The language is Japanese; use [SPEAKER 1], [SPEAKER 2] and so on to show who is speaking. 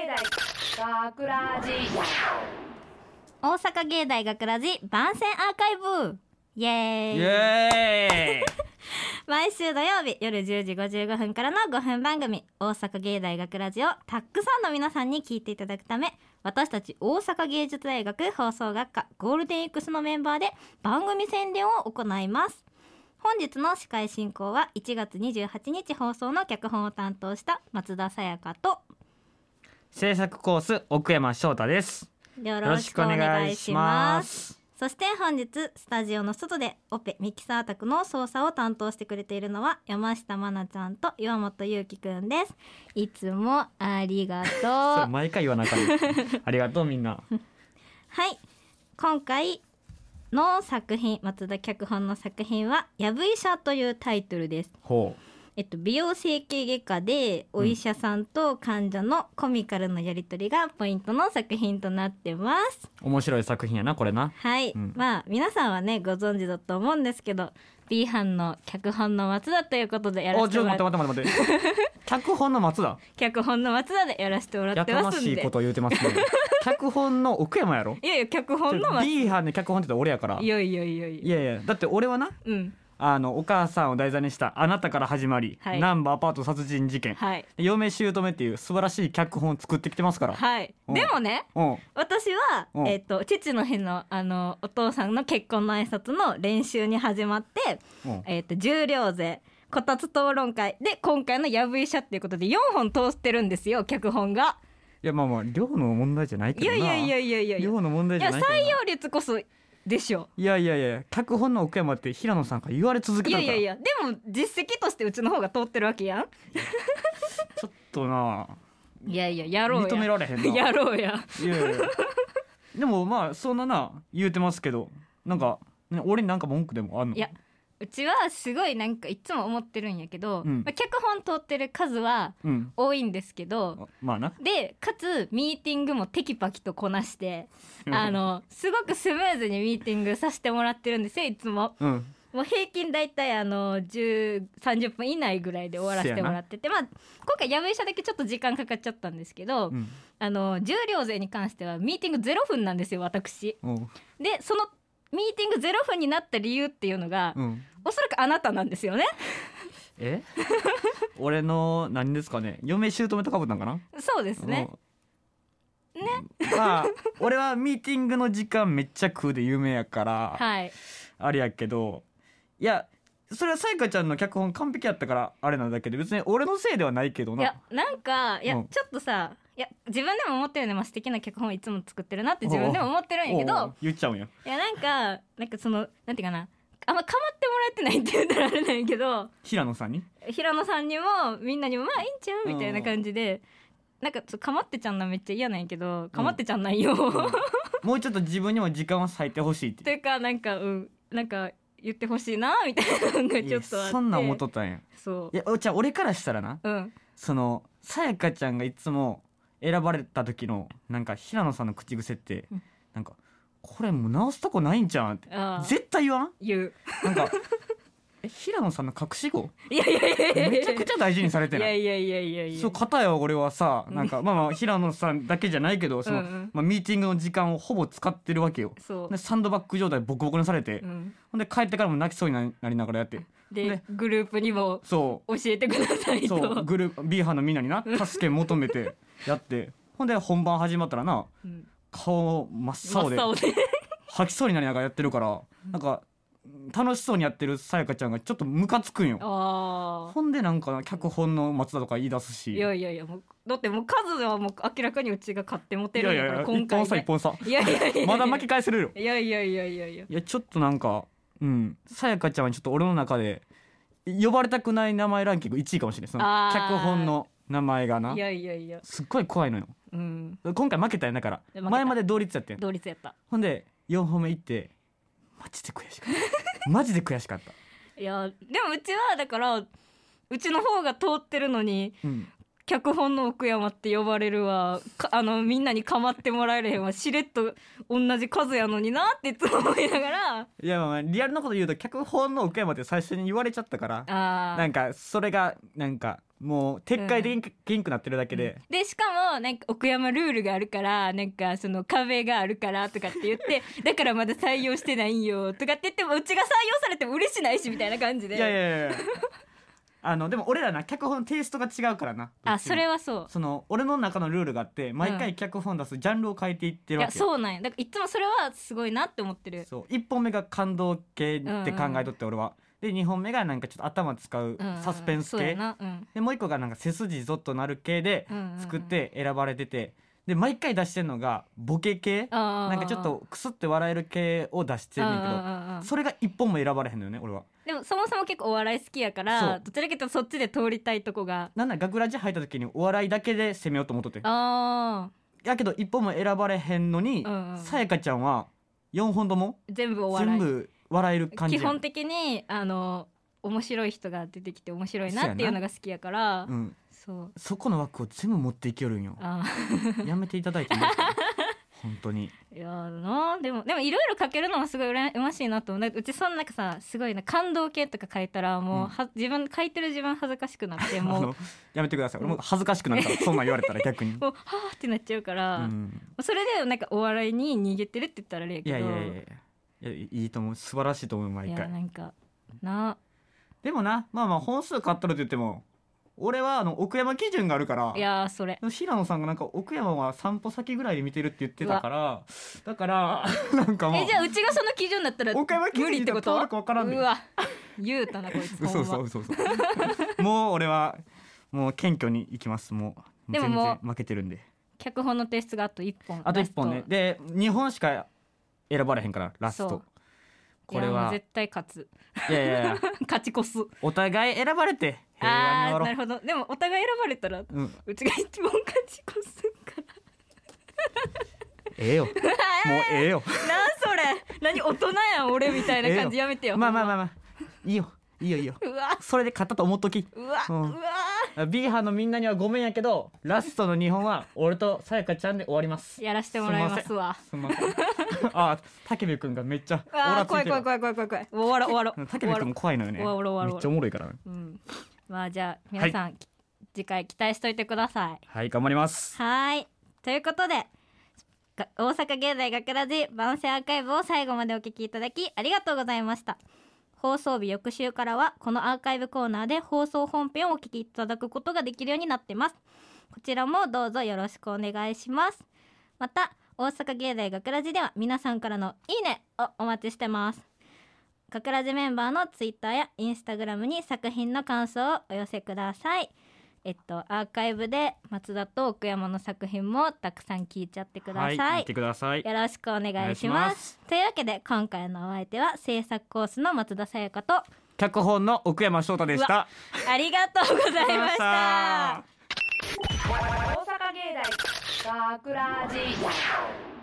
[SPEAKER 1] 大学ラジ
[SPEAKER 2] 大阪芸大学ラジ番宣アーカイブイエーイ
[SPEAKER 3] イエーイ
[SPEAKER 2] 毎週土曜日夜10時55分からの5分番組「大阪芸大学ラジオ」たくさんの皆さんに聞いていただくため私たち大阪芸術大学放送学科ゴールデン X のメンバーで番組宣伝を行います本日の司会進行は1月28日放送の脚本を担当した松田さやかと
[SPEAKER 3] 制作コース奥山翔太です
[SPEAKER 2] よ
[SPEAKER 3] よろしくお願いします
[SPEAKER 2] そして本日スタジオの外でオペミキサー宅の操作を担当してくれているのは山下真奈ちゃんと岩本裕樹くんですいつもありがとう
[SPEAKER 3] それ
[SPEAKER 2] は
[SPEAKER 3] 毎回言わなあかったありがとうみんない
[SPEAKER 2] 今回の作品松田脚本の作品は「やぶ医者」というタイトルです
[SPEAKER 3] ほ
[SPEAKER 2] えっと、美容整形外科でお医者さんと患者のコミカルなやり取りがポイントの作品となってます
[SPEAKER 3] う面白い作品やなこれな
[SPEAKER 2] はい、
[SPEAKER 3] うん
[SPEAKER 2] まあ皆さんはねご存知だと思うんですけど B 班の脚本の松田ということでやら
[SPEAKER 3] お
[SPEAKER 2] せ
[SPEAKER 3] ち
[SPEAKER 2] て
[SPEAKER 3] ょ
[SPEAKER 2] もら
[SPEAKER 3] 待
[SPEAKER 2] っ
[SPEAKER 3] って待って待って待って脚本の松田
[SPEAKER 2] 脚本の松田 でやらせてもら
[SPEAKER 3] や
[SPEAKER 2] って
[SPEAKER 3] か
[SPEAKER 2] ま
[SPEAKER 3] ます
[SPEAKER 2] ん
[SPEAKER 3] しい
[SPEAKER 2] で
[SPEAKER 3] こと言うてま すね脚本の奥山やろ
[SPEAKER 2] いやいや脚本の松
[SPEAKER 3] B 班で脚本って言ったら俺やから
[SPEAKER 2] 田い
[SPEAKER 3] い
[SPEAKER 2] やいやいやいや
[SPEAKER 3] やいやだって俺はな
[SPEAKER 2] うん
[SPEAKER 3] あのお母さんを題材にした「あなたから始まり」
[SPEAKER 2] はい
[SPEAKER 3] ナンバーアパート殺人事件」
[SPEAKER 2] はい
[SPEAKER 3] 嫁姑」っていう素晴らしい脚本を作ってきてますから、
[SPEAKER 2] はい
[SPEAKER 3] うん
[SPEAKER 2] でもね
[SPEAKER 3] うん
[SPEAKER 2] 私は、
[SPEAKER 3] うん
[SPEAKER 2] えっと父の日のあのお父さんの結婚の挨拶の練習に始まって、
[SPEAKER 3] うん
[SPEAKER 2] えっと重量税こたつ討論会で今回のやぶ医者っていうことで4本通してるんですよ脚本が。
[SPEAKER 3] いやまあまあ量の問題じゃないけ
[SPEAKER 2] い
[SPEAKER 3] ど
[SPEAKER 2] や
[SPEAKER 3] な
[SPEAKER 2] やい
[SPEAKER 3] い
[SPEAKER 2] やいやいやいや
[SPEAKER 3] 量の問題
[SPEAKER 2] い
[SPEAKER 3] じゃ
[SPEAKER 2] や
[SPEAKER 3] な
[SPEAKER 2] 採
[SPEAKER 3] いけどない
[SPEAKER 2] 用率こそでしょ
[SPEAKER 3] いやいやいや脚本の奥山って平野さんから言われ続け
[SPEAKER 2] い
[SPEAKER 3] た
[SPEAKER 2] や
[SPEAKER 3] から
[SPEAKER 2] いやいやでも実績としてうちの方が通ってるわけや
[SPEAKER 3] ちょっとなん
[SPEAKER 2] いやいややろうや
[SPEAKER 3] 認められへんな
[SPEAKER 2] やろうや
[SPEAKER 3] いやいやいやでもまあそんなな言うてますけどなんか、ね、俺になんか文句でもあんの
[SPEAKER 2] いやうちはすごいなんかいつも思ってるんやけど、
[SPEAKER 3] うん
[SPEAKER 2] まあ、脚本通ってる数は
[SPEAKER 3] うん
[SPEAKER 2] 多いんですけど
[SPEAKER 3] あまあな
[SPEAKER 2] でかつミーティングもテキパキとこなしてあのすごくスムーズにミーティングさせてもらってるんですよいつも
[SPEAKER 3] うん
[SPEAKER 2] もう平均だいたいあの10 30分以内ぐらいで終わらせてもらっててまあ今回やぶ医者だけちょっと時間かかっちゃったんですけど、
[SPEAKER 3] うん
[SPEAKER 2] あの重量税に関してはミーティング0分なんですよ私
[SPEAKER 3] うん
[SPEAKER 2] でそのミーティング0分になった理由っていうのが、
[SPEAKER 3] うん
[SPEAKER 2] おそらくあなたなんですよね
[SPEAKER 3] え 俺の何ですかね嫁姑とかぶったんかな
[SPEAKER 2] そうですね、
[SPEAKER 3] うんまあ俺はミーティングの時間めっちゃ食うで有名やから、
[SPEAKER 2] はい
[SPEAKER 3] あれやけどいやそれはさやかちゃんの脚本完璧やったからあれなんだけど別に俺のせいではないけど
[SPEAKER 2] い
[SPEAKER 3] な
[SPEAKER 2] やなんかいや、
[SPEAKER 3] うん
[SPEAKER 2] ちょっとさいや自分でも思ってるね、まあ、素敵な脚本をいつも作ってるなって自分でも思ってるんやけ
[SPEAKER 3] おうおう
[SPEAKER 2] ど
[SPEAKER 3] 言っちゃうんや
[SPEAKER 2] いやなんかなんかそのなんていうかなあんま構ってもらってないって言ったらあれなんやけど
[SPEAKER 3] 平野さんに
[SPEAKER 2] 平野さんにもみんなにもまあいいんちゃうみたいな感じで、なんかちょっとかまってちゃんなんめっちゃ嫌なんやけどかまってちゃんないよ、
[SPEAKER 3] もうちょっと自分にも時間を割いてほしいっ
[SPEAKER 2] と
[SPEAKER 3] て
[SPEAKER 2] いうかなんかうんなんか言ってほしいなみたいなのが
[SPEAKER 3] い
[SPEAKER 2] ちょ
[SPEAKER 3] や
[SPEAKER 2] っとあって
[SPEAKER 3] そんなん思っとったんや
[SPEAKER 2] そう
[SPEAKER 3] いやおじゃあ俺からしたらな
[SPEAKER 2] うん
[SPEAKER 3] そのさやかちゃんがいつも選ばれた時のなんか平野さんの口癖って、
[SPEAKER 2] うん
[SPEAKER 3] なんかこれもう直すとこないんじゃうんって
[SPEAKER 2] ああ
[SPEAKER 3] 絶対言わん
[SPEAKER 2] 言う
[SPEAKER 3] な んかえ平野さんの隠し子
[SPEAKER 2] いやいやいやいやいや
[SPEAKER 3] めちゃくちゃ大事にされて
[SPEAKER 2] い
[SPEAKER 3] な
[SPEAKER 2] や
[SPEAKER 3] い
[SPEAKER 2] いやいやいやいや
[SPEAKER 3] そう片や俺はさなんかまあまあ平野さんだけじゃないけどその、
[SPEAKER 2] うんうん
[SPEAKER 3] まあ、ミーティングの時間をほぼ使ってるわけよ
[SPEAKER 2] そう
[SPEAKER 3] でサンドバッグ状態ボコボコにされて、
[SPEAKER 2] うん、
[SPEAKER 3] ほんで帰ってからも泣きそうにななりながらやって
[SPEAKER 2] で
[SPEAKER 3] ね
[SPEAKER 2] グループにも
[SPEAKER 3] そ
[SPEAKER 2] 教えてくださいうと
[SPEAKER 3] そうグループ B 班のみんなにな助け求 めてやってほんで本番始まったらな
[SPEAKER 2] うん、
[SPEAKER 3] 顔真っ青で
[SPEAKER 2] 真っ青で
[SPEAKER 3] 吐きそうになりながらやってるからなんか楽しそうにやってるさやかちゃんがちょっとムカつくんよ
[SPEAKER 2] ああ
[SPEAKER 3] ほんでなんか脚本の松田とか言い出すし
[SPEAKER 2] いやいやいやもうだってもう数はもう明らかにうちが勝ってモテるん
[SPEAKER 3] い
[SPEAKER 2] や
[SPEAKER 3] やい
[SPEAKER 2] から
[SPEAKER 3] や
[SPEAKER 2] 今
[SPEAKER 3] 一
[SPEAKER 2] 回、
[SPEAKER 3] 本
[SPEAKER 2] ね、
[SPEAKER 3] 差一本差
[SPEAKER 2] いやいやいやいや
[SPEAKER 3] まだ巻き返せるよ
[SPEAKER 2] いやいやいやいやいや
[SPEAKER 3] いやちょっとなんかうんさやかちゃんはちょっと俺の中で呼ばれたくない名前ランキング1位かもしれないその
[SPEAKER 2] あー
[SPEAKER 3] 脚本の名前がない
[SPEAKER 2] やいやいや
[SPEAKER 3] すっごい怖いのよ
[SPEAKER 2] うん
[SPEAKER 3] 今回負けたよだか
[SPEAKER 2] 負け
[SPEAKER 3] ら
[SPEAKER 2] た
[SPEAKER 3] 前まで同率やってん
[SPEAKER 2] 同率やった
[SPEAKER 3] ほんで4本目いってマジで悔しか ったマジで悔しかった、
[SPEAKER 2] いやでもうちはだからうちの方が通ってるのに
[SPEAKER 3] うん、
[SPEAKER 2] 脚本の奥山って呼ばれるわかあのみんなに構ってもらえれへんわしれっと同じ数やのになっていつも思いながら
[SPEAKER 3] いやまあまあリアルなこと言うと脚本の奥山って最初に言われちゃったから
[SPEAKER 2] あー
[SPEAKER 3] なんかそれがなんかもう撤回できんくなってるだけで、
[SPEAKER 2] でしかもなんか奥山ルールがあるからなんかその壁があるからとかって言って だからまだ採用してないんよとかって言ってもうちが採用されても嬉しないしみたいな感じで
[SPEAKER 3] いやいやいやいやあのでも俺らな脚本のテイストが違うからな
[SPEAKER 2] あそれ
[SPEAKER 3] は
[SPEAKER 2] はそう
[SPEAKER 3] その俺の中のルールがあって毎回脚本出すジャンルを変えていって
[SPEAKER 2] い
[SPEAKER 3] るわ
[SPEAKER 2] や
[SPEAKER 3] けよ、
[SPEAKER 2] そうなんやだからいつもそれはすごいなって思ってる
[SPEAKER 3] そう1本目が感動系って考えとって俺は、で2本目がなんかちょっと頭使う
[SPEAKER 2] うん
[SPEAKER 3] サスペンス
[SPEAKER 2] そう
[SPEAKER 3] 系、
[SPEAKER 2] やなうん
[SPEAKER 3] でもう一個がなんか背筋ゾッとなる系で
[SPEAKER 2] うんうんうん
[SPEAKER 3] 作って選ばれててで毎回出してんのがボケ系
[SPEAKER 2] な
[SPEAKER 3] なんかちょっとクスって笑える系を出してんねんけどそれが一本も選ばれへんのよね俺は
[SPEAKER 2] でもそもそも結構お笑い好きやか
[SPEAKER 3] そ
[SPEAKER 2] ら
[SPEAKER 3] う
[SPEAKER 2] どちらかというとそっちで通りたいとこが
[SPEAKER 3] なんなら学ラジ入った時にお笑いだけで攻めようと思っとって
[SPEAKER 2] あ
[SPEAKER 3] やけど一本も選ばれへんのに
[SPEAKER 2] うんうん
[SPEAKER 3] さやかちゃんは4本とも
[SPEAKER 2] ー全部お笑
[SPEAKER 3] 全
[SPEAKER 2] い
[SPEAKER 3] 部笑える感じ
[SPEAKER 2] 基
[SPEAKER 3] やん
[SPEAKER 2] 本的にあの面白い人が出てきて面白いなっていうのが好きやから
[SPEAKER 3] うん、
[SPEAKER 2] そう
[SPEAKER 3] そこの枠を全部持っていける んよ
[SPEAKER 2] あ
[SPEAKER 3] やめていただいてもいいですか本当に
[SPEAKER 2] ーいやーなでもでもいろいろ書けるのもすごいうらやましいなと思うだってうちそんなんかさすごいな感動系とか書いたらもう、
[SPEAKER 3] うん
[SPEAKER 2] は自分書いてる自分恥ずかしくなって
[SPEAKER 3] あ
[SPEAKER 2] もう
[SPEAKER 3] のやめてください俺も恥ずかしくなったらそんなん言われたら逆
[SPEAKER 2] も
[SPEAKER 3] に
[SPEAKER 2] うはーってなっちゃうから、
[SPEAKER 3] うん
[SPEAKER 2] それでなんかお笑いに逃げてるって言ったらあれや
[SPEAKER 3] い
[SPEAKER 2] けど
[SPEAKER 3] やいやいやいやいやいいと思う素晴らしいと思う毎
[SPEAKER 2] いや
[SPEAKER 3] 回
[SPEAKER 2] なんかな
[SPEAKER 3] でもなまあまあ本数買ったらと言っても俺はあの奥山基準があるから
[SPEAKER 2] いやーそれ
[SPEAKER 3] 平野さんがなんか奥山は散歩先ぐらいで見てるって言ってたからだから なんかもう
[SPEAKER 2] えじゃあうちがその基準だったら
[SPEAKER 3] 岡山基準
[SPEAKER 2] 無理ってこ
[SPEAKER 3] に
[SPEAKER 2] と
[SPEAKER 3] 登録わからんねん
[SPEAKER 2] うわ 言うたなこいつ
[SPEAKER 3] 嘘
[SPEAKER 2] ほん
[SPEAKER 3] 嘘
[SPEAKER 2] ま
[SPEAKER 3] 嘘嘘もう 俺はもう謙虚に行きますもう
[SPEAKER 2] でも
[SPEAKER 3] 全
[SPEAKER 2] もう
[SPEAKER 3] 然負けてるんで
[SPEAKER 2] 脚本の提出があと1本
[SPEAKER 3] あと1本ねで2本しか選ばれへんからラス
[SPEAKER 2] そ
[SPEAKER 3] ト
[SPEAKER 2] う
[SPEAKER 3] こ
[SPEAKER 2] こ
[SPEAKER 3] れ
[SPEAKER 2] れは
[SPEAKER 3] は
[SPEAKER 2] 絶対勝つ
[SPEAKER 3] いやいやいや
[SPEAKER 2] 勝ち越す
[SPEAKER 3] お互い選ばれて平和に
[SPEAKER 2] あ
[SPEAKER 3] 終
[SPEAKER 2] ーな
[SPEAKER 3] わろ
[SPEAKER 2] るほどでもお互い選ばれたら
[SPEAKER 3] う、うん、
[SPEAKER 2] うちが一本勝ち越すか
[SPEAKER 3] ええよもうええよ
[SPEAKER 2] らなんそれ何大人やん俺みたいな感じやめてよ
[SPEAKER 3] まあまあまあ
[SPEAKER 2] あ
[SPEAKER 3] まあいいよいいよいいよ
[SPEAKER 2] うわ
[SPEAKER 3] それで勝ったと思っとき
[SPEAKER 2] うわう
[SPEAKER 3] うん
[SPEAKER 2] わ
[SPEAKER 3] あ B 班のみんなにはごめんやけどラストの日本は俺とさやかちゃんで終わります
[SPEAKER 2] やらしてもらいますわ
[SPEAKER 3] すんませんあ武部君がめっちゃ
[SPEAKER 2] うわ
[SPEAKER 3] オ
[SPEAKER 2] ー
[SPEAKER 3] ラつい
[SPEAKER 2] 怖い
[SPEAKER 3] てる
[SPEAKER 2] 怖い怖い怖い怖い怖いもう終わろう終わろう
[SPEAKER 3] 武部君も怖いのよね
[SPEAKER 2] 終わろう終わろう
[SPEAKER 3] めっちゃおもろいからね
[SPEAKER 2] うん、まあじゃあ皆さん、次回期待しといてください。
[SPEAKER 3] はい頑張ります
[SPEAKER 2] はいということでが大阪芸大学ラジ番宣アーカイブを最後までお聞きいただきありがとうございました。放送日翌週からはこのアーカイブコーナーで放送本編をお聞きいただくことができるようになってます。こちらもどうぞよろしくお願いします。また大阪芸大学ラジでは皆さんからのいいねをお待ちしてます。学ラジメンバーのツイッターやインスタグラムに作品の感想をお寄せください。えっとアーカイブで松田と奥山の作品もたくさん聞いちゃってください。
[SPEAKER 3] はい見てください
[SPEAKER 2] よろしくお願いします
[SPEAKER 3] お願いします
[SPEAKER 2] というわけで今回のお相手は制作コースの松田さやかと
[SPEAKER 3] 脚本の奥山翔太でし
[SPEAKER 2] う
[SPEAKER 3] た
[SPEAKER 2] ありがとうございました
[SPEAKER 1] 大阪芸大学ラジ